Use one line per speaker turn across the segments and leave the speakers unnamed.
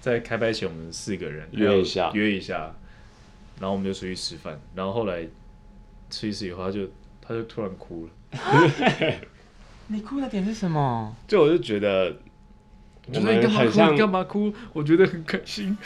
在开拍前我们四个人
约一下
约一下，然后我们就出去吃饭，然后后来吃一次以后，他就他就突然哭了，
你哭的点是什么？
就我就觉得我
就说你
们
干嘛
很
哭？
像
你干嘛哭？我觉得很开心。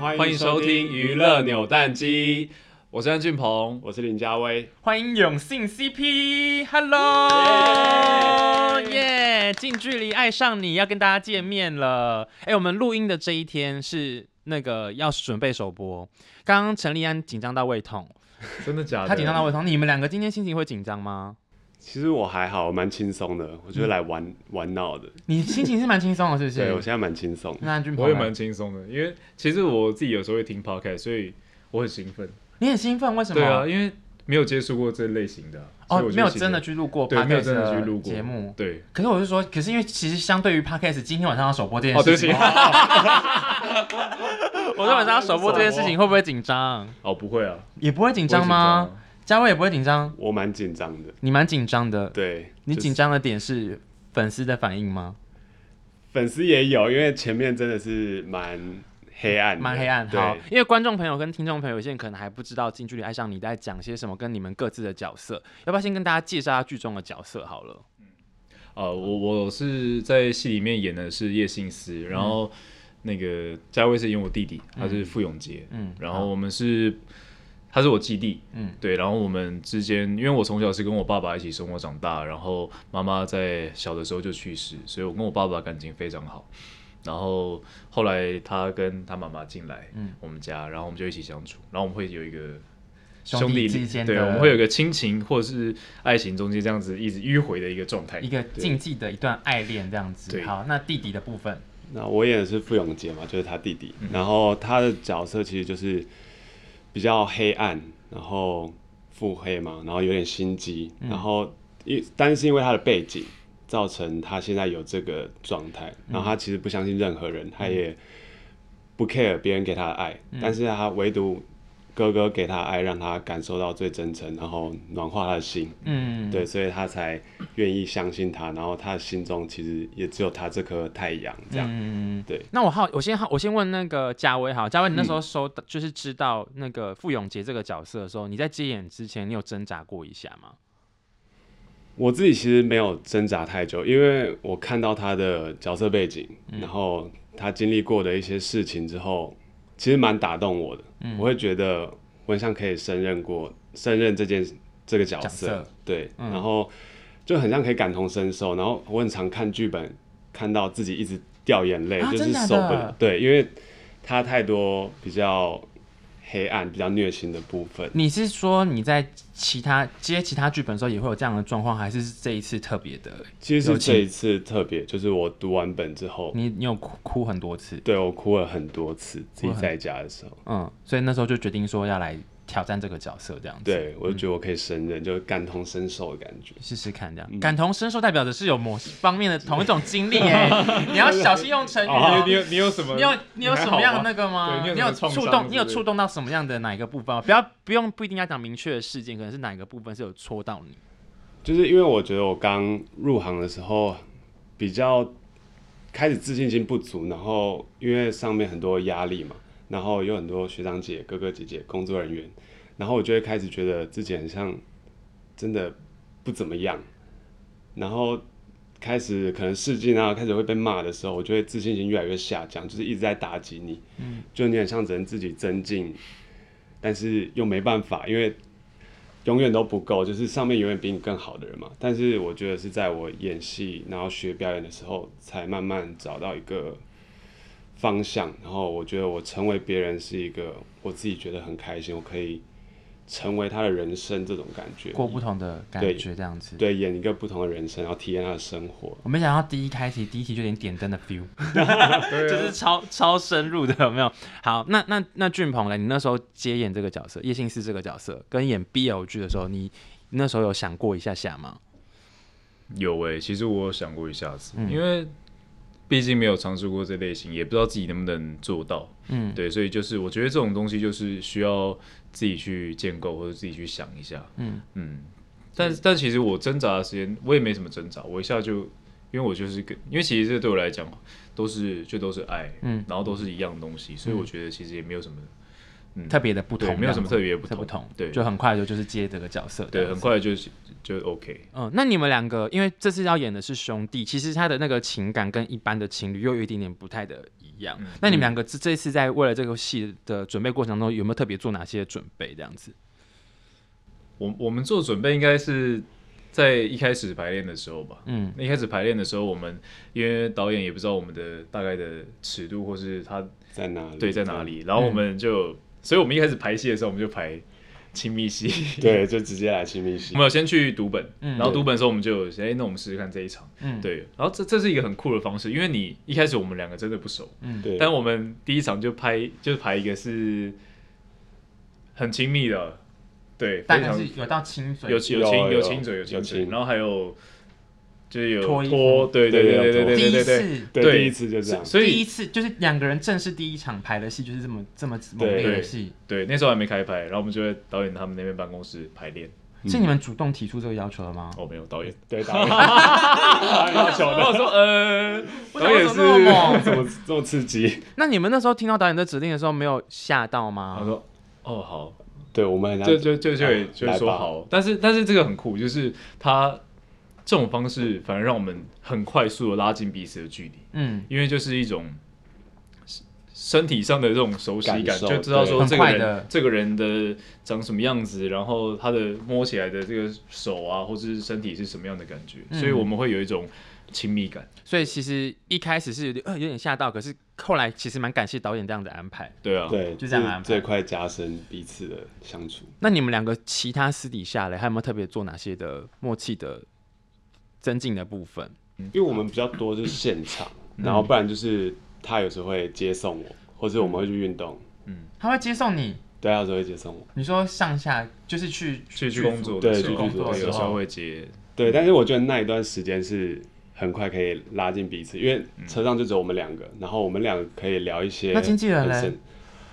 欢
欢
迎
迎
收
收
听
听
娱
娱
乐
乐
扭
扭
蛋机，
我是安俊鹏，
我是林家威。
欢迎永信 CP，Hello，耶！近距离爱上你要跟大家见面了。哎、我们录音的这一天是那个要准备首播，刚刚陈立安紧张到胃痛，
真的假的？
他紧张到胃痛。你们两个今天心情会紧张吗？
其实我还好，我蛮轻松的，我觉得来玩、玩闹的。
你心情是蛮轻松的，是不是？
对我现在蛮轻松，
那安俊鹏
我也
呢
蛮轻松的，因为其实我自己有时候会听 podcast，所以我很兴奋。
你很兴奋，为什么？
对啊，因为没有接触过这类型的啊，
哦，
所以我就
没有
兴奋
真的去录过，
对，没有真的去录过
节目。
对，
可是我是说，可是因为其实相对于 podcast，今天晚上要首播这件
哦，对
事
不起
情，， 我今天晚上要首播这件事情会不会紧张？
哦，不会啊，
也不会紧张
我
吗
也紧？
嘉威也不会紧张，
我蛮紧张的。
你蛮紧张的。
对，
你
就是
紧张的点是粉丝的反应吗？
粉丝也有，因为前面真的是蛮黑暗的，
蛮黑暗，好
对，，
因为观众朋友跟听众朋友有些人可能还不知道《近距离爱上你》在讲些什么，跟你们各自的角色，要不要先跟大家介绍下剧中的角色好了？
啊，我我是在戏里面演的是叶信思，然后那个嘉威是演我弟弟，他是傅永杰，
嗯
然后我们是他是我继弟，
嗯
对，然后我们之间，因为我从小是跟我爸爸一起生活长大，然后妈妈在小的时候就去世，所以我跟我爸爸感情非常好。然后后来他跟他妈妈进来
嗯
我们家，然后我们就一起相处，然后我们会有一个
兄弟之间的
对，我们会有一个亲情或是爱情中间这样子一直迂回的一个状态，
一个
对
禁忌的一段爱恋这样子。
对
好，那弟弟的部分，
那我演的是傅永杰嘛，就是他弟弟。然后他的角色其实就是比较黑暗，然后腹黑嘛，然后有点心机，然后因但是因为他的背景，造成他现在有这个状态。然后他其实不相信任何人，他也不 care 别人给他的爱，但是他唯独哥哥给他的爱，让他感受到最真诚，然后暖化他的心。
嗯，
对，所以他才愿意相信他，然后他的心中其实也只有他这颗太阳这样。
嗯，
对。
那我好，我先好，我先问那个嘉威好，嘉威，你那时候收到、就是知道那个傅永杰这个角色的时候，你在接演之前，你有挣扎过一下吗？
我自己其实没有挣扎太久，因为我看到他的角色背景，
嗯
然后他经历过的一些事情之后，其实蛮打动我的。
嗯
我会觉得我很像可以胜任过胜任这件这个角色，
角色
对，
嗯
然后就很像可以感同身受。然后我很常看剧本，看到自己一直掉眼泪，
啊
就是
真的假
受不
的
了。对，因为他太多比较黑暗、比较虐心的部分。
你是说你在其他接其他剧本的时候也会有这样的状况，还是这一次特别的？
其实
有
是
情
这一次特别，就是我读完本之后，
你你有哭哭很多次，
对我哭了很多次，自己在家的时候，
嗯，所以那时候就决定说要来挑战这个角色，这样子，，
对我就觉得我可以胜任，就感同身受的感觉。
试试看这样。
嗯
感同身受代表的是有某方面的同一种经 历哎，你要小心用成语哦。
你有你有什么？
你有你有什么样的那
的？
个吗？
对
你
你有什么创
触
伤
动，你有
是不是
触动到什么样的哪一个部分吗？不要不用不一定要讲明确的事件，可能是哪一个部分是有戳到你。
就是因为我觉得我刚入行的时候比较开始自信心不足，然后因为上面很多压力嘛，然后有很多学长姐、哥哥姐姐、工作人员，然后我就会开始觉得自己很像真的不怎么样，然后开始可能试镜啊，开始会被骂的时候，我就会自信心越来越下降，就是一直在打击你，嗯，就你很像只能自己增进，但是又没办法，因为永远都不够，就是上面永远比你更好的人嘛。但是我觉得是在我演戏，然后学表演的时候，才慢慢找到一个方向。然后我觉得我成为别人是一个我自己觉得很开心，我可以成为他的人生这种感觉。
过不同的感
对
觉这样子。
对，演一个不同的人生，然后体验他的生活。
我没想到第一开题，第一题就有点点灯的 feel，
对
就
啊
是超超深入的，有没有？好，那那那俊鹏呢？你那时候接演这个角色，叶信思这个角色，跟演 BL 剧的时候，你你那时候有想过一下下吗？
有诶、其实我有想过一下子，
嗯
因为毕竟没有尝试过这类型，也不知道自己能不能做到。
嗯，
对，所以就是我觉得这种东西就是需要自己去建构或者自己去想一下。
嗯
嗯，但但其实我挣扎的时间，我也没什么挣扎，我一下就，因为我就是跟，因为其实这对我来讲都是就都是爱，
嗯，
然后都是一样东西，所以我觉得其实也没有什么，嗯，
特别的不
对
同，
没有什么特别不
不特
同
同，
对
就很快就就是接这个角色，
对，很。快就就 OK，
嗯，那你们两个，因为这次要演的是兄弟，其实他的那个情感跟一般的情侣又有一点点不太的一
嗯
样。那你们两个这这次在为了这个戏的准备过程中，有没有特别做哪些准备？这样子，
我我们做准备应该是在一开始排练的时候吧。
嗯
那一开始排练的时候，我们因为导演也不知道我们的大概的尺度，或是他
在哪里？
对在哪？里，然后我们就，所以我们一开始排戏的时候，我们就排亲密戏。
对，就直接来亲密
我
戏。
们有先去读本，
嗯
然后读本的时候，我们就有哎、那我们试试看这一场，
嗯，，
对。然后这这是一个很酷的方式，因为你一开始我们两个真的不熟，
嗯
嗯
对，
但我们第一场就拍，就排一个是很亲密的，对，
大
非
概
常
是有到清水，
有有
有
亲有
有
亲嘴有
有
亲嘴，
亲
然后还有就是有
脱衣服
脱，对对
对
对对对对对
有脱
第一
对
次
对，
第一次就这样。
所
第一
以
次就是两个人正式第一场排的戏，就是这么这么猛烈的
对
戏，
对那时候还没开拍，然后我们就在导演他们那边办公室排练。
是你们主动提出这个要求的吗？
哦，没有导演，
对，打 完打完要求
然后我
的，
说 呃，
我
导演
想说这么
是，
猛
怎么这么刺激？
那你们那时候听到导演的指令的时候，没有吓到吗
他？说哦好，
对我们很
就
像
就就就
啊
也就
来
说
吧
好，但是但是这个很酷，就是他这种方式反而让我们很快速的拉近彼此的距离，
嗯，
因为就是一种身体上的这种熟悉感，
感受
就知道说
对
这个
很快的
人这个人的长什么样子，然后他的摸起来的这个手啊，或者是身体是什么样的感觉，
嗯
所以我们会有一种亲密感。
所以其实一开始是有点呃有点吓到，可是后来其实蛮感谢导演这样的安排。
对啊，
对，
就这样
是
安排
最快加深彼此的相处。
那你们两个其他私底下嘞，还有没有特别做哪些的默契的增进的部分？
因为我们比较多就是现场，
嗯
然后不然就是他有时候会接送我，或者我们会去运
嗯
动，
他会接送你，
对，他有时候会接送我。
你说上下就是去
去去工作
对
的时
去
候，
工作的
有
时
时
候
候会接，
对，但是我觉得那一段时间是很快可以拉近彼此，因为
嗯
车上就只有我们两个，然后我们两个可以聊一些。
那经纪人嘞？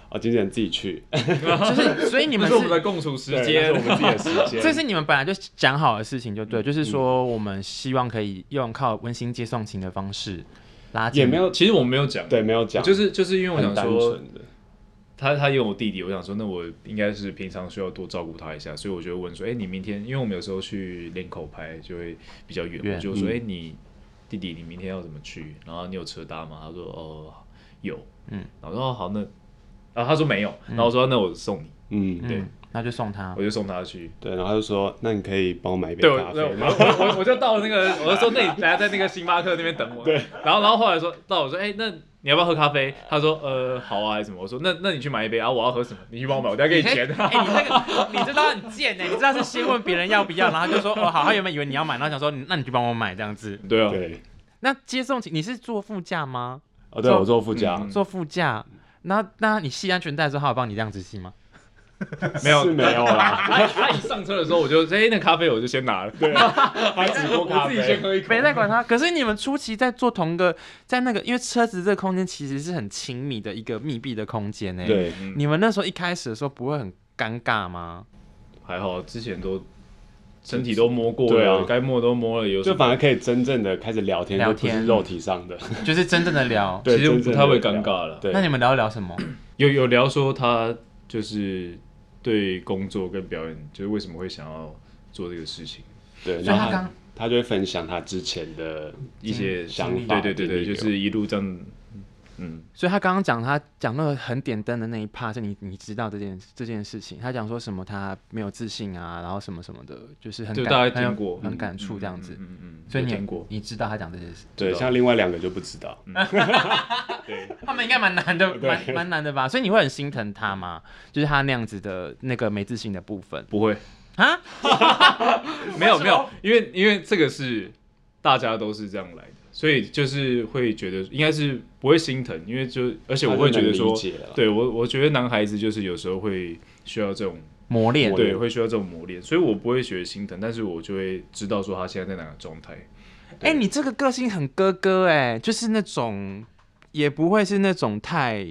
哦，经纪人自己去，
就是所以你
你
们
是我们的
是。
共处时
对
间，
那是我们自己的时 间。
这是你们本来就讲好的事情，就
嗯
对，就是说我们希望可以用靠温馨接送情的方式拉近，
也没有
其实我们没有讲，
对没有讲，
就是就是因为我
很
想
单
说，
纯的。
他他有我弟弟，我想说，那我应该是平常需要多照顾他一下，所以我就问说，哎、你明天，因为我们有时候去林口拍就会比较远，
远
我就说，
嗯
哎、你弟弟，你明天要怎么去？然后你有车搭吗？他说，哦，有，
嗯，
然后我说哦好，那，啊，他说没有，然后我说那我送你，
嗯，
嗯
对，
那就送他
我。就送他去。
对，然后他就说，那你可以帮我买一杯
对，我
咖啡
对我
吗？
我我我就到了那个，我就说那你等下在那个星巴克那边等我。对，然后然后后来说到我说，哎、那你要不要喝咖啡？他说，呃，好啊，还是什么？我说，那那你去买一杯啊，我要喝什么？你去帮我买，我 等下给你钱。啊
哎、你这个你这招很贱哎、你知道是先问别人要不要，然后就说哦好，他原本以为你要买，然后想说你那你就帮我买这样子。
对啊，
对，
那接送你是坐副驾吗？
哦，对
坐
我坐副驾，
嗯
坐副驾，那那你系安全带的时候，他有帮你这样子系吗？
没有
是 没有啦，
他他一上车的时候，我就哎、那咖啡 我就先拿了，对，
他只
我
过咖
自己先
啡。
喝一口。
没在管他。可是你们初期在坐同个，在那个因为车子这个空间其实是很亲密的一个密闭的空间哎。，
对，
嗯，
你们那时候一开始的时候不会很尴尬吗？
还好，之前都身体都摸过
对
了
啊，
该、摸都摸了，有
就
什么
反而可以真正的开始聊天，
聊
就不
天
是肉体上的。
就是真正的聊。
对
其实
真正
不太会
的
尴
聊
尬了。
对，
那你们聊一聊什么？
有有聊说他就是对工作跟表演，就是为什么会想要做这个事情，
对，
所以
然
他
后
刚
他他就会分享他之前的，
一些
想
对
法
对对
经
对，
历
就
流
是一路这样，嗯，
所以他刚刚讲他讲那个很点灯的那一 part 是你你知道这件这件事情，他讲说什么他没有自信啊，然后什么什么的，就是很
就
感
大家
很有
听过，
很
嗯
感触这样子。
嗯嗯嗯，嗯
所以你
有
也
听过，
你知道他讲这些事，
对，
知道嗯
像另外两个就不知道，
对，
他们应该蛮难的，
对
蛮蛮难的吧？所以你会很心疼他吗？就是他那样子的那个没自信的部分
不会，
啊？
没有没有，因为因为这个是大家都是这样来的，所以就是会觉得应该是不会心疼，因为就而且我会觉得说
他就能理解了，
对我我觉得男孩子就是有时候会需要这种
磨练
磨，
对会需要这种磨练，所以我不会觉得心疼，但是我就会知道说他现在在哪个状态。
哎、你这个个性很哥哥哎、就是那种也不会是那种太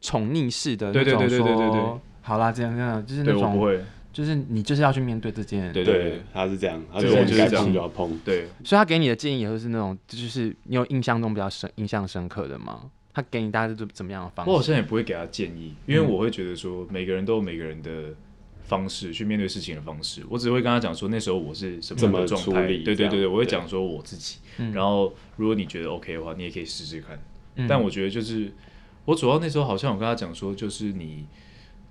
宠溺式的那
对对
种
对对对对
说
对
好啦，这样这样，就是那
对我不
种
会，
就是你就是要去面对这件，
对
对，他是这样，他
对
说
我
我
就
们
是
该
这样嗯
碰就要碰。
对，
所以他给你的建议也会是那种，就是你有印象中比较深、印象深刻的吗？他给你大概是怎么样的方
我好
式？
像也不会给他建议，因为
嗯
我会觉得说每个人都有每个人的方式去面对事情的方式，我只会跟他讲说那时候我是什么样的
怎么
状
处
态，
理
对对
这
对
样
对，
对嗯
我会讲说我自己，然后如果你觉得 OK 的话，你也可以试试看。但我觉得就是我主要那时候好像有跟他讲说，就是你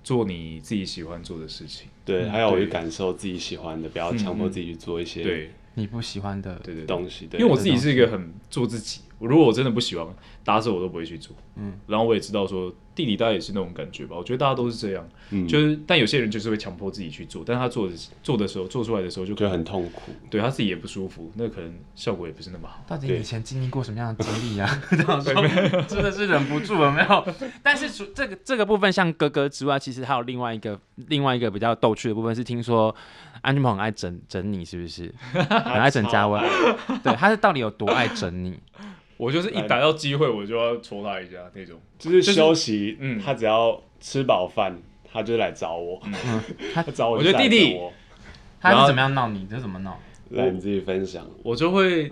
做你自己喜欢做的事情，
对，还有我去
对嗯
感受自己喜欢的，不要强迫自己去做一些
对
你不喜欢的，
对对对。
东西。对
因为我自己是一个很做自己，我如果我真的不喜欢搭车，我都不会去做。嗯，然后我也知道说地理大家也是那种感觉吧，我觉得大家都是这样，
嗯
就是但有些人就是会强迫自己去做，但他做的做的时候做出来的时候就可
就
能
很痛苦。
对他自己也不舒服，那可能效果也不是那么 好。
到底
对
你以前经历过什么样的经历啊？想说 真的是忍不住了没有？但是除这个这个部分，像哥哥之外，其实还有另外一个另外一个比较逗趣的部分是，听说安俊鹏很爱整整你，是不是？很爱整嘉
超
威，对，他是到底有多爱整你？
我就是一逮到机会我就要戳他一下那种，
就是休息，
嗯
他只要吃饱饭，他就来找我，
他
嗯 他找我
我觉
就是
得
来
弟弟
找我，
他是怎么样闹你？这是怎么闹？
来你自己分享。
我就会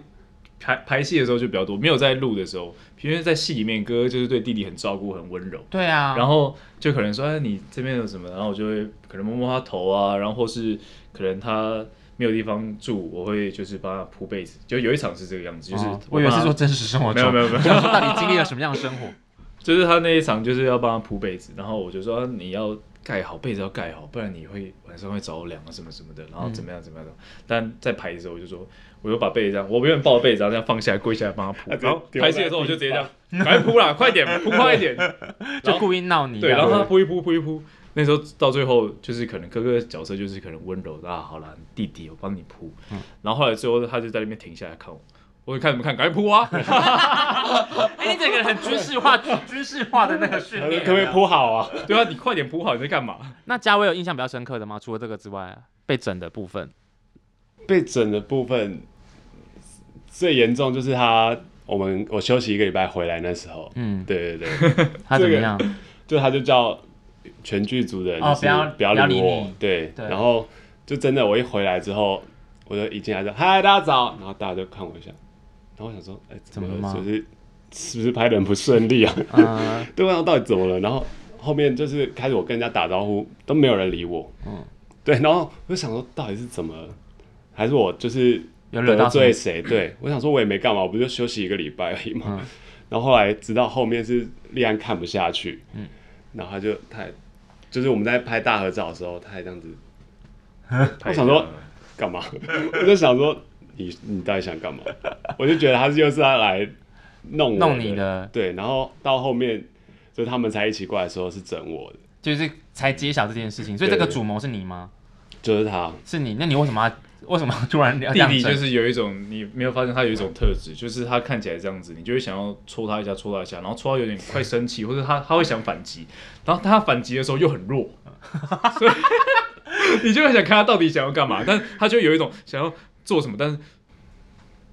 排排戏的时候就比较多，没有在录的时候，因为在戏里面哥哥就是对弟弟很照顾很温柔，
对啊，
然后就可能说，哎，你这边有什么？然后我就会可能摸摸他头啊，然后或是可能他没有地方住，我会就是帮他铺被子。就有一场是这个样子，就是
哦
我
我以为
帮
是
他
说，真实生活
没
中，
有没有没有，
想说到底经历了什么样的生 活？
就是他那一场就是要帮他铺被子，然后我就说、啊你要盖好被子要盖好，不然你会晚上会着凉啊什么什么的，然后怎么样怎么样的。但在排的时候我就说，我就把被子这样，我永远抱着被子然后这样放下来跪下来帮他铺
他，直接
然后嗯
丢在
排啊戏的时候我就直接这样
地，
赶快铺啦，快点铺快一 点。
就故意闹你这啊
对，
样，
然后他扑一扑扑一扑，那时候到最后就是可能哥哥的角色就是可能温柔的啊，好啦，弟弟我帮你扑，然后后来最后他就在那边停下来看我，我说看什么看，赶快扑啊！
哎，你整个人很军事化、 军事化的那个训
他说
练，
可不可以？铺好啊？
对啊，你快点扑好，你在干嘛？
那嘉威有印象比较深刻的吗？除了这个之外、啊被整的部分，
被整的部分最严重就是他，我们我休息一个礼拜回来那时候，
嗯，
对对对，
他怎么样？
就他就叫全剧组的人、
哦
就是
不要
不要
不要理
我
你，
对，
对
然后就真的我一回来之后，我就一进来就嗨大家早，然后大家就看我一下，然后我想说，哎、
怎么
么
了吗
就是是不是拍的很不顺利啊？
嗯，
对方到底怎么了？然后后面就是开始我跟人家打招呼都没有人理我，
嗯
嗯，对，然后我就想说到底是怎么了，还是我就是
有惹
得
到什么
罪谁？对我想说我也没干嘛，我不就休息一个礼拜而已嘛。
嗯
然后后来直到后面是立安看不下去，嗯，然后他就他还就是我们在拍大合照的时候，他还这样子我想说干嘛？ 我就想说你你到底想干嘛？我就觉得他是又是他来弄我
弄你的
对，然后到后面就他们才一起过来说是整我的，
就是才揭晓这件事情，所以这
对
个主谋是你吗？
就是他，
是你？那你为什么要为什么要突然啊要这
弟
样
弟就
整
是有一种你没有发现他有一种特质，就是他看起来这样子，你就会想要戳他一下，戳他一下，然后戳到有点快生气，或者他他会想反击，然后他反击的时候又很弱， 所以你就会想看他到底想要干嘛，但他就有一种想要做什么，但是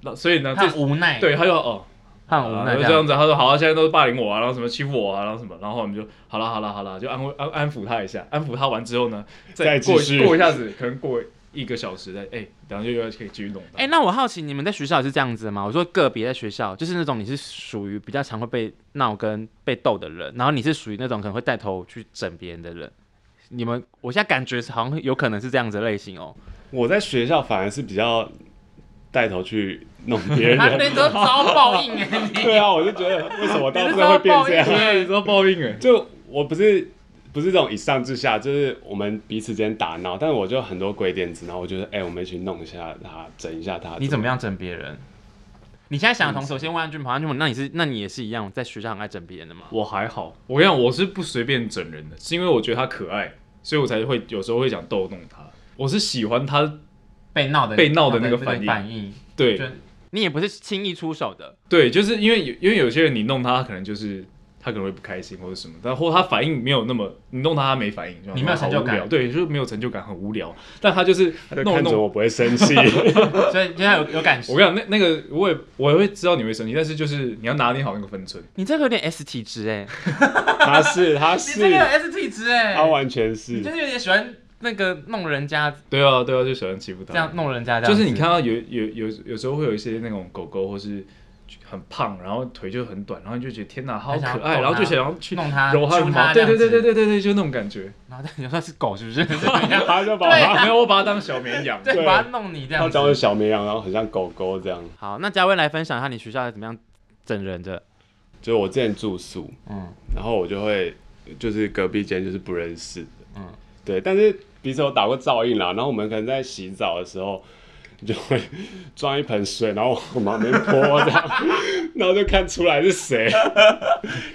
那所以呢，
他
这
很无奈，
对，他就哦，
他很无
啊
奈
就
这
这样
样。
子。他说好啊，现在都是霸凌我啊，然后什么欺负我啊，然后什么，然后我们就好了好了好了，就安慰安安抚他一下，安抚他完之后呢，
再
过
继续
过一下子，可能过一个小时再哎，然后就又要可以继续弄他。
哎、那我好奇你们在学校也是这样子的吗？我说个别在学校，就是那种你是属于比较常会被闹跟被斗的人，然后你是属于那种可能会带头去整别人的人。你们，我现在感觉好像有可能是这样子的类型哦、
我在学校反而是比较带头去弄别
他
人。
那都遭报应哎，你
对啊，我就觉得为什么到最后会变这样？
对，你知道报应哎，
就我不是不是这种以上至下，就是我们彼此之间打闹，但我就很多鬼点子，然后我觉得哎、我们一起弄一下他，整一下他。
你怎么
样？
样整别人？你现在想的同时，我先问安俊鹏，安俊鹏，那你是那你也是一样，在学校很爱整别人的吗？
我还好，我跟你讲，我是不随便整人的，是因为我觉得他可爱，所以我才会有时候会想逗弄他。我是喜欢他，
被闹的
被闹的那个
反
反应
应，就
对
你也不是轻易出手的，
对，就是因为有因为有些人你弄他，他可能就是他可能会不开心或者什么，但或他反应没有那么，你弄他他没反应，就
你没有成就感
好无聊对，就是没有成就感，很无聊。但他就是
他就
弄
看着
弄，
我不会生气，
所以现在有有感
我
受
跟。你讲，那那个我也我也会知道你会生气，但是就是你要拿捏好那个分寸。
你这个有点 S 体质哎，
他是他
你
是
这个有 S 体质哎，
他完全是
你就。是有点喜欢那个弄人家
对啊，对啊，就喜欢欺负他。
这样弄人家这样
就
子，
是你看到有有有有时候会有一些那种狗狗，或是很胖，然后腿就很短，然后你就觉得天哪，好
很想
可
要
爱，
动
然后就
它
想要去
弄它
揉它的
揪
毛，
它
对
这
对
样
对对
子
对对对，就那种感 觉。啊
然后但你说是狗是 不是？
他就把
对
他
没有，我把它当小绵羊。
对，
对
把它弄你这
他
样
长成
子。
小绵羊，然后很像狗狗这样。
好，那嘉威来分享一下你学校怎么样整人的。
就是我之前住宿，
嗯，
然后我就会就是隔壁间就是不认识的，
嗯
嗯，对，但是彼此有打过照应啦。然后我们可能在洗澡的时候，就会装一盆水，然后往旁边泼这 样，然后就看出来是谁，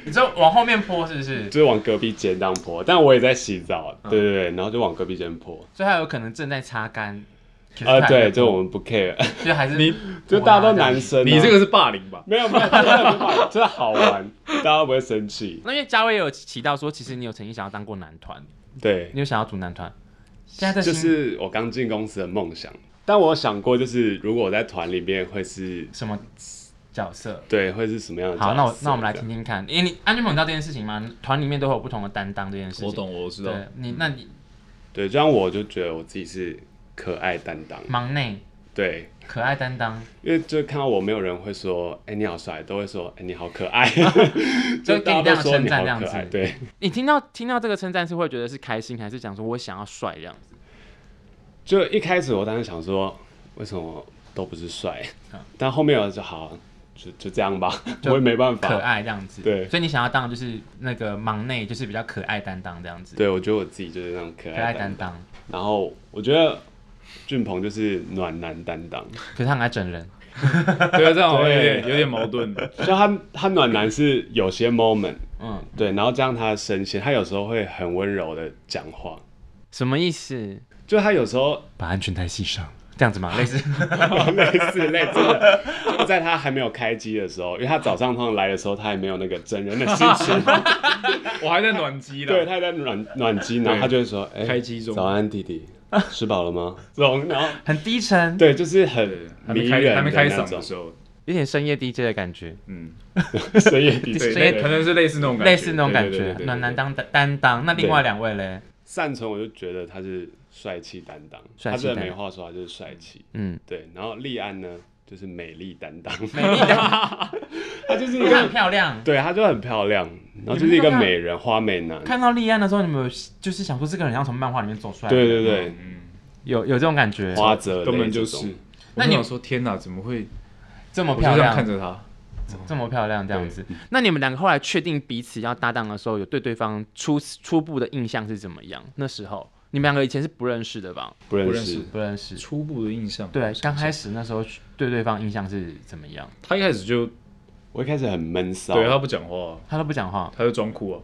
你就往后面泼是不是？
就是往隔壁间这样泼。但我也在洗澡，对对对，然后就往隔壁间 泼。
所以他有可能正在擦干。可是
啊，
他
对，
也
就我们不 care，
就还是
你
就大家都男。生啊、
你这个是霸凌吧？
没有没有，真的不好就是好玩，大家都不会生气。
那因为嘉威也有提到说，其实你有曾经想要当过男团，
对，
你有想要组男团，现 在在
就
新
是我刚进公司的梦想。但我有想过，就是如果我在团里面会是
什么角色？
对，会是什么样的角色？
好，那我那我们来
这
听
样。
听看，因为你安全猛你知道这件事情吗？团里面都会有不同的担当这件事情。
我。懂，我知道。
对你，那你
对，这样我就觉得我自己是可爱担当。
忙内
对，
可爱担当，
因为就看到我，没有人会说“哎、你好帅”，都会说“哎、你好可爱”，
就给
大家
你这样
都
的
说
称
你
赞
好
这样
可爱。
子
对，
你听到听到这个称赞是会觉得是开心，还是讲说我想要帅这样子？
就一开始我当时想说，为什么都不是帅
嗯？
但后面我就好，就就这样吧，
就
我也没办
可
法。
爱这样子。
对
所以你想要当就是那个忙内，就是比较可爱担当这样子。
对，我觉得我自己就是那种可
可爱
爱担
担
当。
当，
然后我觉得俊鹏就是暖男担当，
可是他很爱整人。
对啊，这样好像有点
对
有点矛盾。
就他他暖男是有些 moment，
嗯，
对，然后这样他的声线，他有时候会很温柔的讲话，
什么意思？
就他有时候
把安全带系上，这样子吗？类 似
类似类似的，就在他还没有开机的时候，因为他早上通常来的时候，他还没有那个整人的事 情，
我还在暖机
对，
啦。
他还在暖暖机，然后他就会说，哎、
开机中
早安 弟弟，吃饱了吗？这种，然后
很低沉，
对，就是很
对，还
迷
没开
人
还没开嗓
那
的
种，
时候，
有点深夜 DJ 的感觉，
嗯，
深夜 DJ，
对，
所以
类可能是类似那种感觉，
类似那种感
对对
觉
对对，对
暖男当担当。那另外两位嘞？
善存我就觉得他是帅气担当，
帅
他
气
真的
担
没
当
话说，他就是帅气。
嗯，
对，然后立安呢，就是美丽担当，
美 丽的，
她就是一
她很
个，
漂亮。
对，她就很漂亮，然后就是一
你们
个
看
美人花美男，
看到立安的时候，你们有就是想说这个人要从漫画里面走出来？哦
对，对对，
嗯，
有有这种感觉，
花泽类
根本就
这种
是。那
那你
你有说天哪，怎么会？
这
我
么
就
漂
这样
亮
看，着他，
这么漂亮这样子。那你们两个后来确定彼此要搭档的时候，有对对方初初步的印象是怎么样？那时候你们两个以前是不认识的吧？
不
不
认
认
识
识，
不认识。
初步的印象。
对，刚开
始
始那时候对对方印象是怎么样？
他一开始就
我一开始很闷骚，
对他不讲话，啊
他都不讲话，
他就装酷啊。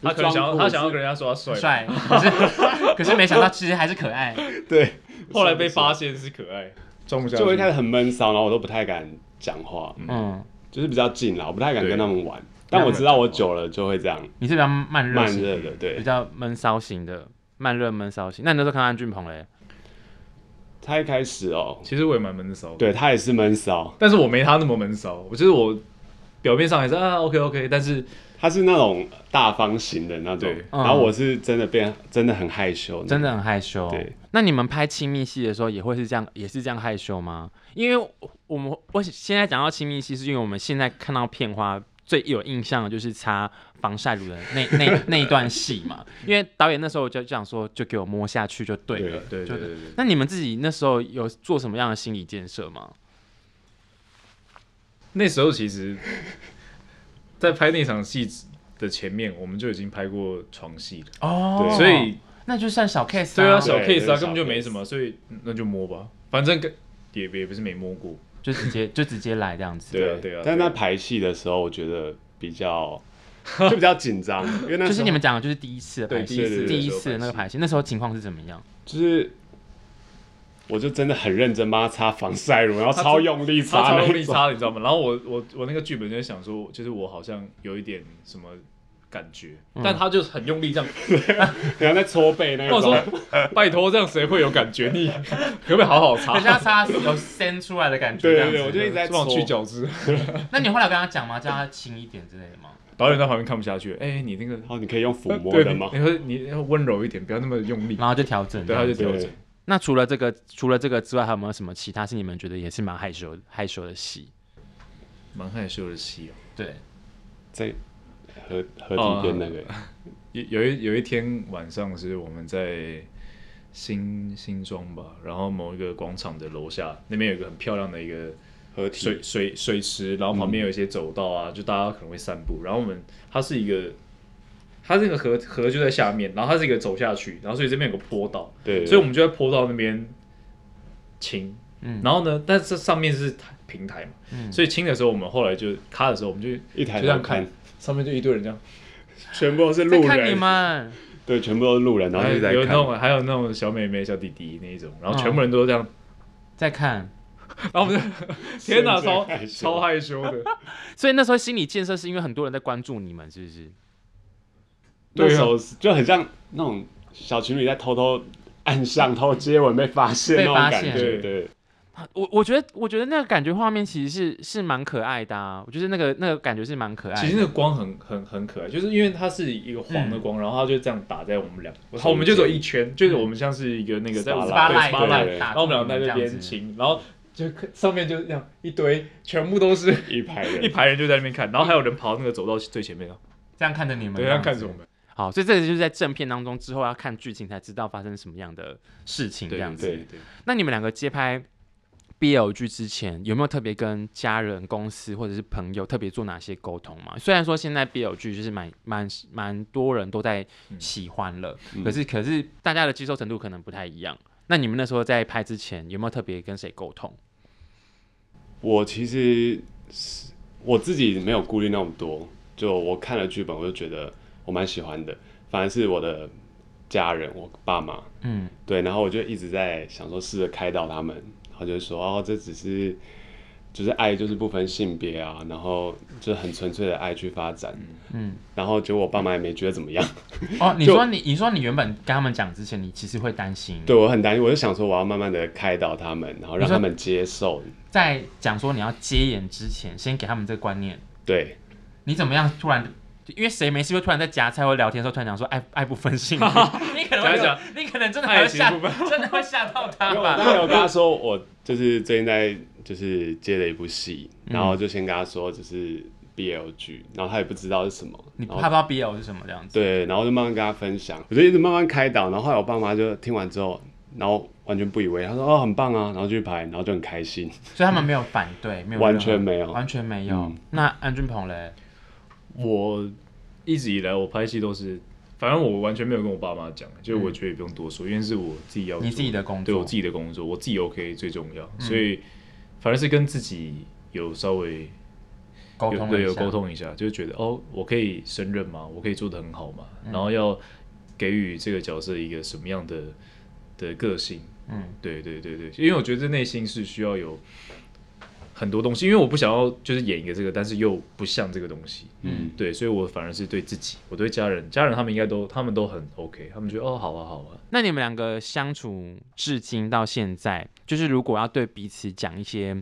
不
他
是
可能想
装
要，
酷
他想要跟人家说他帅
很
吧，
帅，可是可是没 想到其实还是可爱。
对，
后来被发现是可爱，装不下去。
就我一开始很闷骚，然后我都不太敢讲话，
嗯，
就是比较近啦，我不太敢
对
跟他们玩，但我知道我久了就会这样
你是比较慢热
慢
型，
热的，
比
对，
较闷骚型的，慢热闷骚型。那你那时候看到安俊鹏嘞？
他一开始哦，
其实我也蛮闷骚的，
对他也是闷骚，
但是我没他那么闷骚。我就是我表面上还是啊 OK OK，但是
他是那种大方型的那种
对，
嗯
然后我是真的变真的很害羞，
真的很害羞。
对，
那你们拍亲密戏的时候也会是这样，也是这样害羞吗？因为我我们我现在讲到亲密戏，是因为我们现在看到片花最有印象的就是擦防晒乳的那 那那一段戏嘛。因为导演那时候就讲说，就给我摸下去就对了。
对
对对
就
对对对，
那你们自己那时候有做什么样的心理建设吗？
那时候其实，在拍那场戏的前面，我们就已经拍过床戏了，
哦
对
所以
那就算小 case
对啊，
啊，
小
对
case 啊，
对
根本就没什么，所以嗯那就摸吧，反正跟也也不是没摸过，
就直接就直接来这样子。
对啊对啊
但
对
是在
啊
排戏的时候，我觉得 比较就比较紧张，因为那时候
就是你们讲的，就是第一次的
对
排戏，
第一次
第一
的时候
次的那个
排
排戏，那时候情况是怎么样？
就是。我就真的很认真帮他擦防晒乳，然后超用力
他
擦
超
那
用力
种，
擦，你知道吗？然后我我我那个剧本就在想说，就是我好像有一点什么感觉，
嗯
但他就很用力这样。
然后在搓背那
我
种。
说，拜托，这样谁会有感觉？你可不可以好好擦
人？家擦有伸出来的感觉，
对
这样
对
子
对，我就一直在
忘
搓。
去角质，
那你后来有跟他讲吗？叫他轻一点之类的吗？
导演在旁边看不下去，哎、你那个
然哦后你可以用抚
呃
摸
对
的吗
你？你会你要温柔一点，不要那么用力。
然后就调整。
对，他就
对
调整。
那除了这个，除了这个之外，还有没有什么其他是你们觉得也是蛮害羞害羞的戏？
蛮害羞的戏哦。
对，
在河河堤边那个，
有有一有一天晚上是我们在新新庄吧，然后某一个广场的楼下，那边有一个很漂亮的一个
河
水
堤
水水池，然后旁边有一些走道啊，就大家可能会散步。然后我们它是一个，它这个河河就在下面，然后它是一个走下去，然后所以这边有个坡道，
对，
所以我们就在坡道那边清。嗯，然后呢，但是上面是平台嘛，所以清的时候，我们后来就卡的时候，我们就
嗯一抬
就这
头
样看，上面就一堆人这样。
全部都是
在
路
看你
人，
们，
对，全部都是路人，然后
还有
就一直在
哎有那
看，哦
种还有那种小妹妹、小弟弟那一种，然后
嗯
全部人都这样，
在看。
然后我们 就天哪，
深
超
深害羞
超害羞的，
所以那时候心理建设是因为很多人在关注你们，是不是？
那
对啊
时候就很像那种小情侣在偷偷按上偷接吻被发现
被
那种
发
感
现
觉，对，
啊我我觉得，我觉得那个感觉画面其实是是蛮可爱的啊。我觉得那个那个感觉是蛮
哎
可爱的。
其实那个光很很很可爱，就是因为它是一个黄的光，
嗯
然后它就这样打在我们两，然后我们就走一圈，就是我们像是一个那个在
Spotlight，
对 spotlight，
对
然后我们俩在那边亲，然后就看上面就这样一堆，全部都是
一排
一
人，
排人就在那边看，然后还有人跑到那个走到最前面啊，
这样看着你们
对，他看着我们。
好，所以这个就是在正片当中之后要看剧情才知道发生什么样的事情这
对
样子。
对对，
那你们两个接拍 BL 剧之前，有没有特别跟家人、公司或者是朋友特别做哪些沟通嘛？虽然说现在 BL 剧就是蛮蛮蛮多人都在喜欢了，
嗯
可是可是大家的接受程度可能不太一样。那你们那时候在拍之前，有没有特别跟谁沟通？
我其实是我自己没有顾虑那么多，就我看了剧本，我就觉得我蛮喜欢的，反而是我的家人，我爸妈，
嗯，
对，然后我就一直在想说试着开导他们，然后就说哦，这只是就是爱，就是不分性别啊，然后就是很纯粹的爱去发展，
嗯，
然后结果我爸妈也没觉得怎么样，
哦，你
就
说你你说你原本跟他们讲之前，你其实会担心，
对我很担心，我就想说我要慢慢的开导他们，然后让
你说
他们接受，
在讲说你要接演之前，先给他们这个观念。
对，
你怎么样突然？因为谁没事会突然在夹菜或聊天的时候突然讲说爱爱不 分性别，你可能
讲
会
一讲
你可能真的还会吓
爱情不，
真的会吓到他
因 为我
吧？
当时有跟他说，我就是最近在就是接了一部戏，然后就先跟他说就是 BL 剧，然后他也不知道是什么，
你
然
怕
后
不知道 BL 是什么这样子？
对，然后就慢慢跟他分享，我就一直慢慢开导，然后后来我爸妈就听完之后，然后完全不以为，他说哦很棒啊，然后就去拍，然后就很开心，
所以他们没有反对，没有
完
任何
全没有
完全没有
嗯。
那安俊鹏嘞，
我一直以来我拍戏都是，反正我完全没有跟我爸妈讲，就是我觉得也不用多说，因为是我自己要做
嗯你自己的工作，嗯
对我自己的工作，我自己 OK 最重要，所以反而是跟自己有稍微
沟
有
通
对
了一
有
下
沟，通一下，就觉得哦，我可以胜任吗？我可以做得很好吗？
嗯
然后要给予这个角色一个什么样的的个性？
嗯，
对对对对，因为我觉得内心是需要有很多东西，因为我不想要就是演一个这个，但是又不像这个东西，
嗯，
对，所以我反而是对自己，我对家人，家人他们应该都他们都很 OK，他们觉得哦好啊好啊，
那你们两个相处至今到现在，就是如果要对彼此讲一些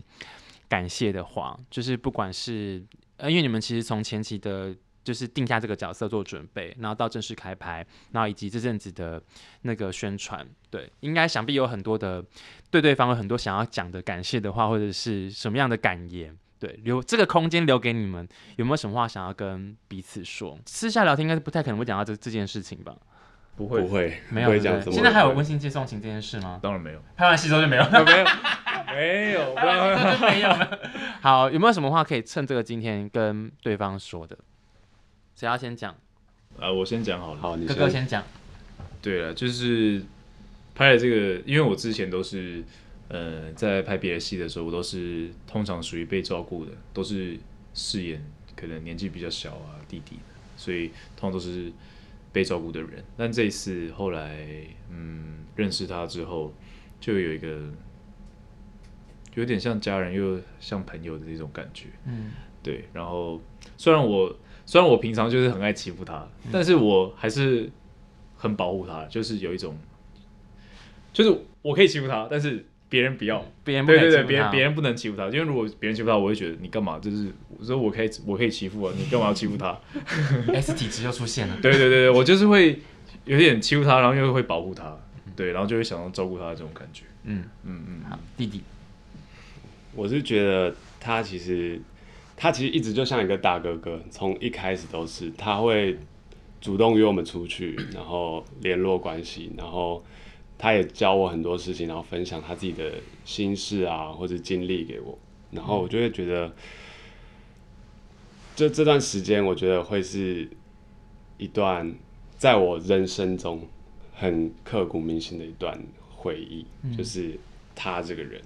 感谢的话，就是不管是呃，因为你们其实从前期的，就是定下这个角色做准备，然后到正式开拍，然后以及这阵子的那个宣传，对，应该想必有很多的对对方有很多想要讲的感谢的话，或者是什么样的感言。对，留这个空间留给你们，有没有什么话想要跟彼此说？私下聊天应该是不太可能会讲到这这件事情吧？
不会，
不会不
没有
会
对不
讲
对
什么，
现在还有温馨接送情这件事吗？
当然没有，
拍完戏之后就没有 了，
没有 没有，不
拍
要
完戏之后就没有了。好，有没有什么话可以趁这个今天跟对方说的？谁要先讲？
啊，我先讲好了。
好，你
哥哥
先
先讲。
对了，就是拍了这个，因为我之前都是，呃，在拍别的戏的时候，我都是通常属于被照顾的，都是饰演可能年纪比较小啊弟弟的，所以通常都是被照顾的人。但这一次后来，嗯，认识他之后，就有一个有点像家人又像朋友的这种感觉。
嗯，
对，然后虽然我虽然我平常就是很爱欺负他，
嗯
但是我还是很保护他，就是有一种，就是我可以欺负他，但是别人不要，
别人不
对对
可以
对，
欺负
别人
他
别人不能欺负他，因为如果别人欺负他，我会觉得你干嘛？就是我说我可以我可以欺负啊，你干嘛要欺负他？
S 体质又出现 了。
对对对对，我就是会有点欺负他，然后又会保护他，对，然后就会想要照顾他的这种感觉。
嗯，
嗯嗯，
好，弟弟，
我是觉得他其实，他其实一直就像一个大哥哥，从一开始都是，他会主动约我们出去，然后联络关系，然后他也教我很多事情，然后分享他自己的心事啊或者经历给我，然后我就会觉得，这这段时间我觉得会是一段在我人生中很刻骨铭心的一段回忆，就是他这个人。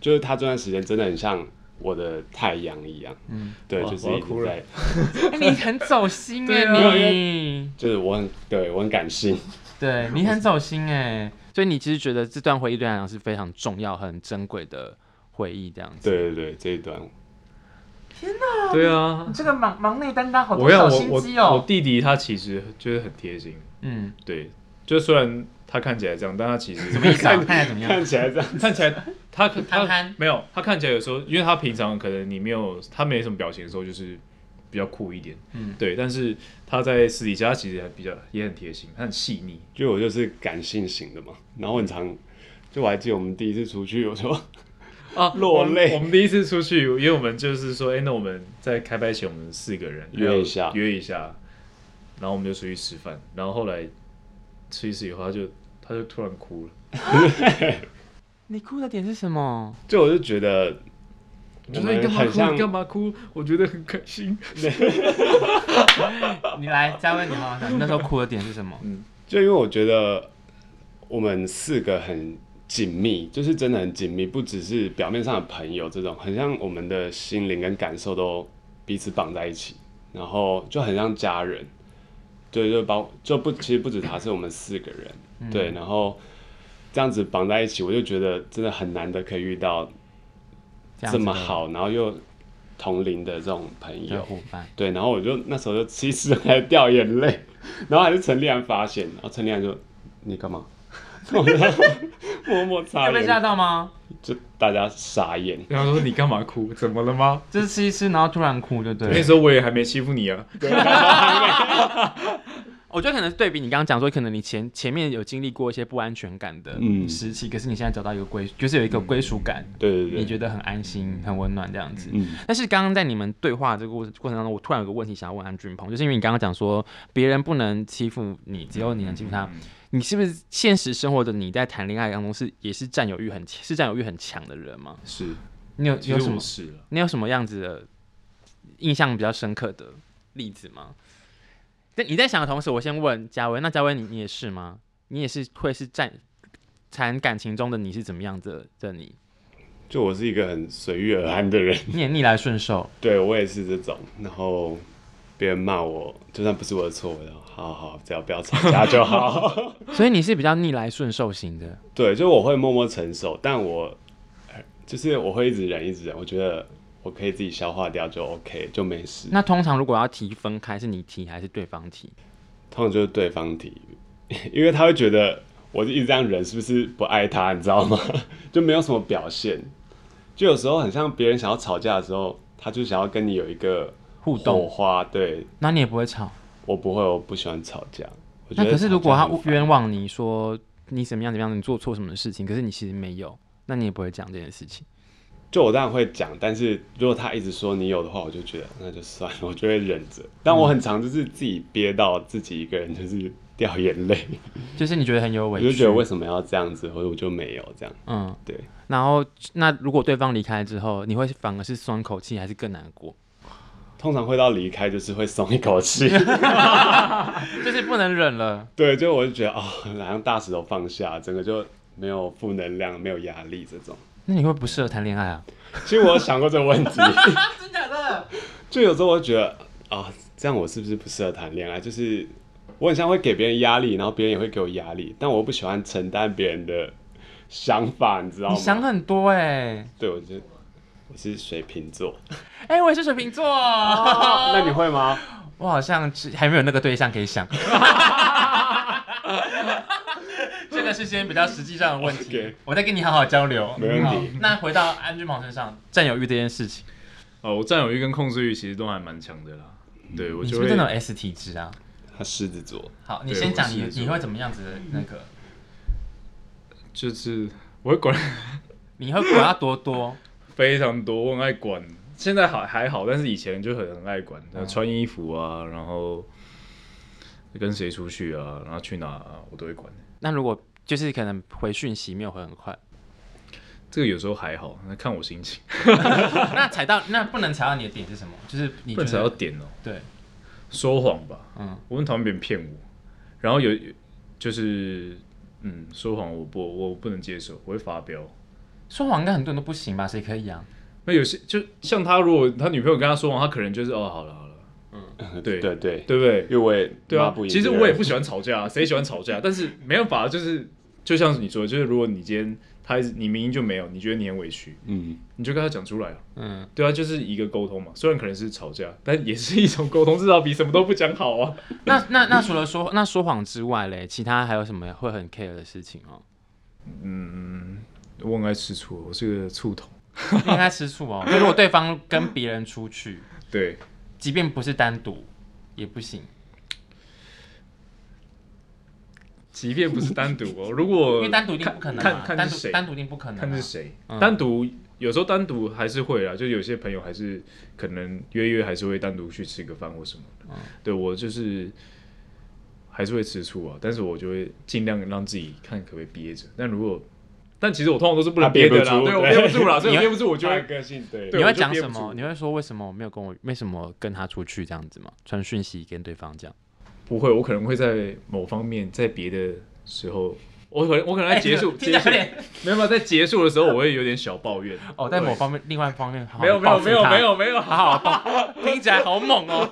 就是他这段时间真的很像我的太阳一样，嗯，对，
哇
就是
我要
一
哭
直
了
在，
哎你很走心
对啊
哎，你
就是我很对我很感性，
对你很走心哎，所以你其实觉得这段回忆对他来讲是非常重要、很珍贵的回忆，这样子。
对对对，这一段
对啊，
这个忙忙内担当好
我要我
哦
我我弟弟他其实就是很贴心，
嗯，
对，就虽然他看起来这样，但他其实
什么意思啊？ 看起来怎么样？
看起来这样，
看起来他他
憨憨
没有，他看起来有时候，因为他平常可能你没有他没什么表情的时候，就是比较酷一点，
嗯，
对。但是他在私底下他其实还比较也很贴心，他很细腻。
就我就是感性型的嘛，然后很常，就我还记得我们第一次出去，我说
啊我
落泪
们我们第一次出去，因为我们就是说，哎、那我们在开拍前，我们四个人
约一下
约一下，然后我们就出去吃饭，然后后来吃一次以后，他就他就突然哭了。
你哭的点是什么？
就我就觉得我
就是你
们
干嘛
很
哭？
像
你干嘛哭？我觉得很开心。
你来，嘉威，你好好讲，你 那时候哭的点是什么？
就因为我觉得我们四个很紧密，就是真的很紧密，不只是表面上的朋友这种，很像我们的心灵跟感受都彼此绑在一起，然后就很像家人。对，就包就不，其实不止他，是我们四个人。对，然后这样子绑在一起，我就觉得真的很难得可以遇到
样
这
子
么
的
好，然后又同龄的这种朋
的
友。
伙伴，
对，然后我就那时候就吃一吃还掉眼泪，然后还是陈立安发现，然后陈立安就你干嘛？ 我就默默擦
有被吓
眼，
到吗？
就大家傻眼。
然 后说你干嘛哭？怎么了吗？
就是吃一吃，然后突然哭，对不
那
对？
时候我也还没欺负你啊。
我觉得可能对比你刚刚讲说，可能你前前面有经历过一些不安全感的
嗯
时期，可是你现在找到一个归，就是有一个归属感，
对对
你
对，
觉得很安心、很温暖这样子。
嗯，
但是刚刚在你们对话这个过过程当中，我突然有个问题想要问安俊鹏，就是因为你刚刚讲说别人不能欺负你，只有你能欺负他，
嗯
你是不是现实生活的你在谈恋爱当中是也是占有欲很是占有欲很强的人吗？
是，
你有你
其
有
实
什
我
么啊
是了。
你有什么样子的印象比较深刻的例子吗？但你在想的同时，我先问嘉威，那嘉威你你也是吗？你也是会是占谈感情中的你是怎么样子的的你？
就我是一个很随遇而安的人，
你也逆来顺受，
对我也是这种。然后别人骂我，就算不是我的错，我就好好，只要不要吵架就 好。
所以你是比较逆来顺受型的。
对，就我会默默承受，但我就是我会一直忍，一直忍。我觉得我可以自己消化掉，就 OK，就没事。
那通常如果要提分开，是你提还是对方提？
通常就是对方提， 因为他会觉得我一直这样忍是不是不爱他，你知道吗？ 就没有什么表现，就有时候很像别人想要吵架的时候，他就想要跟你有一个
互
火
动，
花。对
那你也不会吵。
我不会，我不喜欢吵架。我觉
那
得
可是如果他
吵架很烦
冤枉你说你怎么样怎么样，你做错什么事情，可是你其实没有，那你也不会讲这件事情。
就我当然会讲，但是如果他一直说你有的话，我就觉得那就算了， 我就会忍着。但我很常就是自己憋到自己一个人就是掉眼泪，
就是你觉得很有
我
委屈，
就觉得为什么要这样子，或者我就没有这样。
嗯，
对。
然后，那如果对方离开之后，你会反而是松口气，还是更难过？
通常会到离开就是会松一 口气。
就是不能忍了。
对，就我就觉得啊、好像大石头放下，整个就没有负能量，没有压力这种。
那你会不适合谈恋爱啊？
其实我有想过这个问题，
真假的？
就有时候我会觉得啊、这样我是不是不适合谈恋爱？就是我很像会给别人压力，然后别人也会给我压力，但我又不喜欢承担别人的想法，你知道
你想
吗？
很多哎、
对，我就我是水瓶 座，
哎、我也是水瓶座，哦
那你会
哦
吗？
我 好像是还没有那个对象可以想。这个个是先比较实际上的问题
OK
我再跟你好好交流。
没问题
好那回到安俊鹏身上，
占有欲这件事情，
哦，我占有欲跟控制欲其实都还蛮强的啦。对，我
你是
就
不
会
嗯是真的有 S 体质啊？
他狮子座，
好，你
对
先
我
讲
是
你
是
你会怎么样子的那 个，
就是我会管
你会管他多多，
非常多，我很爱管。现在还还好，但是以前就很很爱管，
哦
穿衣服啊，然后跟谁出去啊，然后去哪、啊，我都会管。
那如果就是可能回讯息没有回很 快，
这个有时候还好，那看我心情。
那踩到那不能踩到你的点是什么？就是你
不
觉
能踩到
得
点哦、
对，
说谎吧，
嗯
我很讨厌别人骗我，然后有就是嗯，说谎我不我不能接受，我会发飙。
说谎应该很多人都不行吧？谁可以啊？
那有些就像他，如果他女朋友跟他说谎，他可能就是哦，好了好了，嗯 对
对对，
对不对
因？为我也
对
骂
啊
不，赢
其实
别
我也
人
不喜欢吵架，啊谁喜欢吵架？但是没办法，就是就像是你说的，就是如果你今天他一直你明明就没有，你觉得你很委屈，
嗯，
你就跟他讲出来啊。
嗯，
对啊，就是一个沟通嘛，虽然可能是吵架，但也是一种沟通，至少比什么都不讲好啊。
那那那除了说那说谎之外嘞，其他还有什么会很 care 的事情哦？
我很爱吃醋，我是个醋桶。
应该吃醋 哦。就如果对方跟别人出去，
对，
即便不是单独也不行，
即便不是单独 哦，如
因
果
为单独一定不可能
看
嘛，
看
单
看
独
是谁，
单独一定不可能啊。
看是谁，
嗯
单独有时候单独还是会啦，就有些朋友还是可能约约还是会单独去吃个饭或什么的。
嗯
对我就是还是会吃醋啊，但是我就会尽量让自己看可不可以憋着。但如果但其实我通常都是不能
他憋
憋
不
的啦，
住
对我
对哎
憋不住啦，所以我憋不住我就
就
会
个性对
对
你
我
会
就
讲
憋
什
不
么？
住
你会说为什么没有跟我，为什么跟他出去这样子吗？传讯息跟对方讲，
不会，我可能会在某方面在别的时候。我可能我可能在
哎
结束、
听
结
起来
束
有点
没有没有在结束的时候，我会有点小抱怨。
哦，在
对
某方面，另外一方面好好
没有没有
报复
没有
他
没，有没有，
好好报， 听起来好猛哦。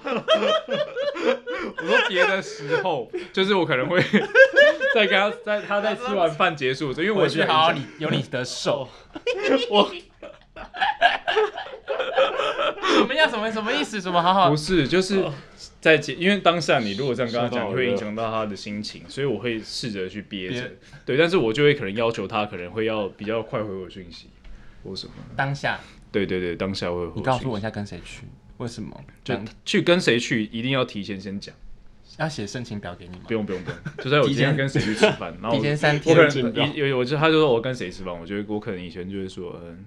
我说别的时候，就是我可能 会在跟他在他在吃完饭结束，因为我
回
觉
去
得哦
好好你有你的手。 我什么样？什么什么意思？什么好好
不？是就是在结，因为当下你如果这样跟他
说到
讲，
我
你会
热
影响到他的心情，所以我会试着去憋着
憋，
对，但是我就会可能要求他可能会要比较快回我讯息或什么，
当下，
对对对，当下会回
你
我
告
讯
诉我一
息，
下跟谁去？为什么？
就
就
去跟谁去，一定要提前先讲，
要写申请表给你吗
不？用不用不用，就在我
提
今
前
天跟谁去吃饭，然后
提
我
前三
我
天
可，
见到
能有有，我就他就说我跟谁吃饭，我觉得我可能以前就会说，嗯，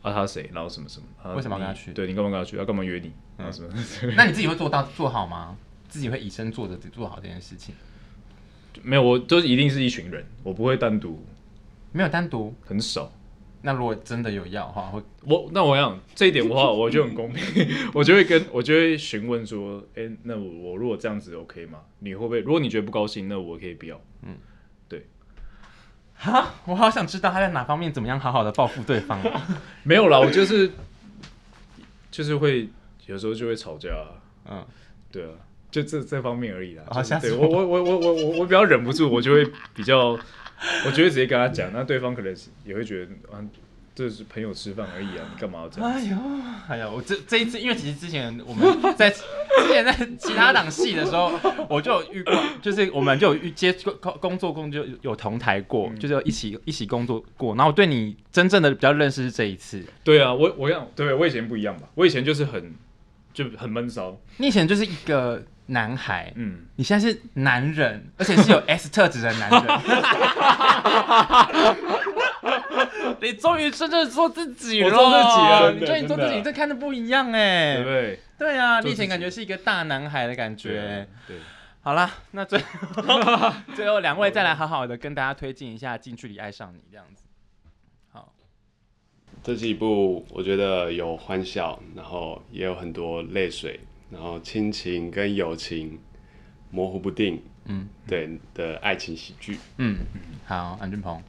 啊他谁，然后什么什么，啊
为什么要跟他
你
去嗯
对你干嘛跟他去？要、啊、干嘛约你？然后什么？
那你自己会做到做好吗？自己会以身作则做好这件事情？
没有，我就是一定是一群人，我不会单独，
没有单独。
很少。
那如果真的有要的话，会
我那我想这一点的话，我就很公平， 我就会跟我就会询问说，哎、那我我如果这样子 OK 吗？你会不会？如果你觉得不高兴，那我可以不要。
哈，我好想知道他在哪方面怎么样好好的报复对方。
没有啦，我就是就是会有时候就会吵架啊、
嗯，
对啊，就这这方面而已啦。
哦
就是
吓死
对
我
我我我我我我我比较忍不住，我就会比较，我就会直接跟他讲，那对方可能也会觉得啊，这是朋友吃饭而已啊，你干嘛要这样？
哎呦，哎呦，我这这一次，因为其实之前我们在之前在其他档戏的 时候，我就有遇过，就是我们就有遇接触工工作过，就有同台过，
嗯
就是有一起一起工作过。然后我对你真正的比较认识是这一次，
对啊，我我想对我以前不一样吧，我以前就是很就很闷骚，
你以前就是一个男孩，
嗯，
你现在是男人，而且 是有 S 特质的男人。你终于真正做自己
我
了，
做自己了
你
真的
终于做自
真
己，
的
你这看着不一样哎、
对不对？
对啊，
做
你以前
自己
感觉是一个大男孩的感
对啊
觉。
对，
好啦，那最后 最后两位再来好好的跟大家推荐一下《近距离爱上你》这样子。
这是一部我觉得有欢笑，然后也有很多泪水，然后亲情跟友情模糊不定，
嗯，
对的爱情喜剧，
嗯，好，安俊鹏，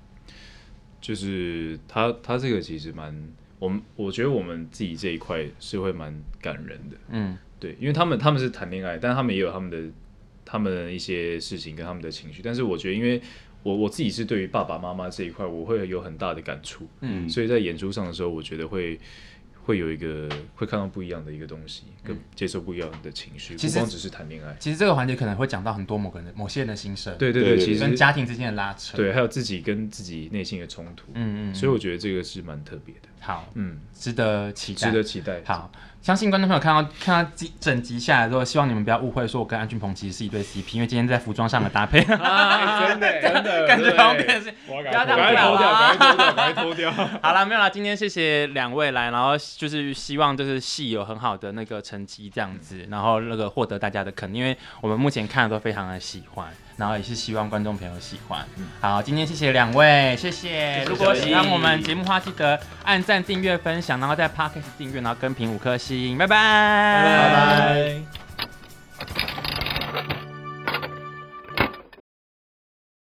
就是他他这个其实蛮，我们我觉得我们自己这一块是会蛮感人的。
嗯，
对，因为他们他们是谈恋爱，但他们也有他们的他们的一些事情跟他们的情绪。但是我觉得，因为我我自己是对于爸爸妈妈这一块，我会有很大的感触，
嗯
所以在演出上的时候，我觉得会会有一个会看到不一样的一个东西，跟接受不一样的情绪，
嗯其
不
实
光只是谈恋爱。
其实这个环节可能会讲到很多某个人的某些人的心声，，
对对对，
对对
其
跟
实
家庭之间的拉扯，，
对，还有自己跟自己内心的冲突，
嗯嗯，
所以我觉得这个是蛮特别的，
好，
嗯，
值得期待，
值得期待。
好，相信观众朋友看到看到整整集下来之后，希望你们不要误会，说我跟安俊鹏其实是一对 CP，因为今天在服装上的搭 配，
哎，真的真的
感觉好像
对
变成是。
我要
不要
赶
这样
快
搞
脱掉，
啊
赶快脱掉，赶快脱掉。
好啦，没有啦，今天谢谢两位来，然后就是希望就是戏有很好的那个成绩这样子，然后那个获得大家的肯定，因为我们目前看的都非常的喜欢，然后也是希望观众朋友喜欢。好，今天谢谢两位，谢嗯谢。如果喜欢我们节目的话，记得按赞、订阅、分享，然后在 Podcast 订阅，然后跟评五颗星，拜拜，
拜拜。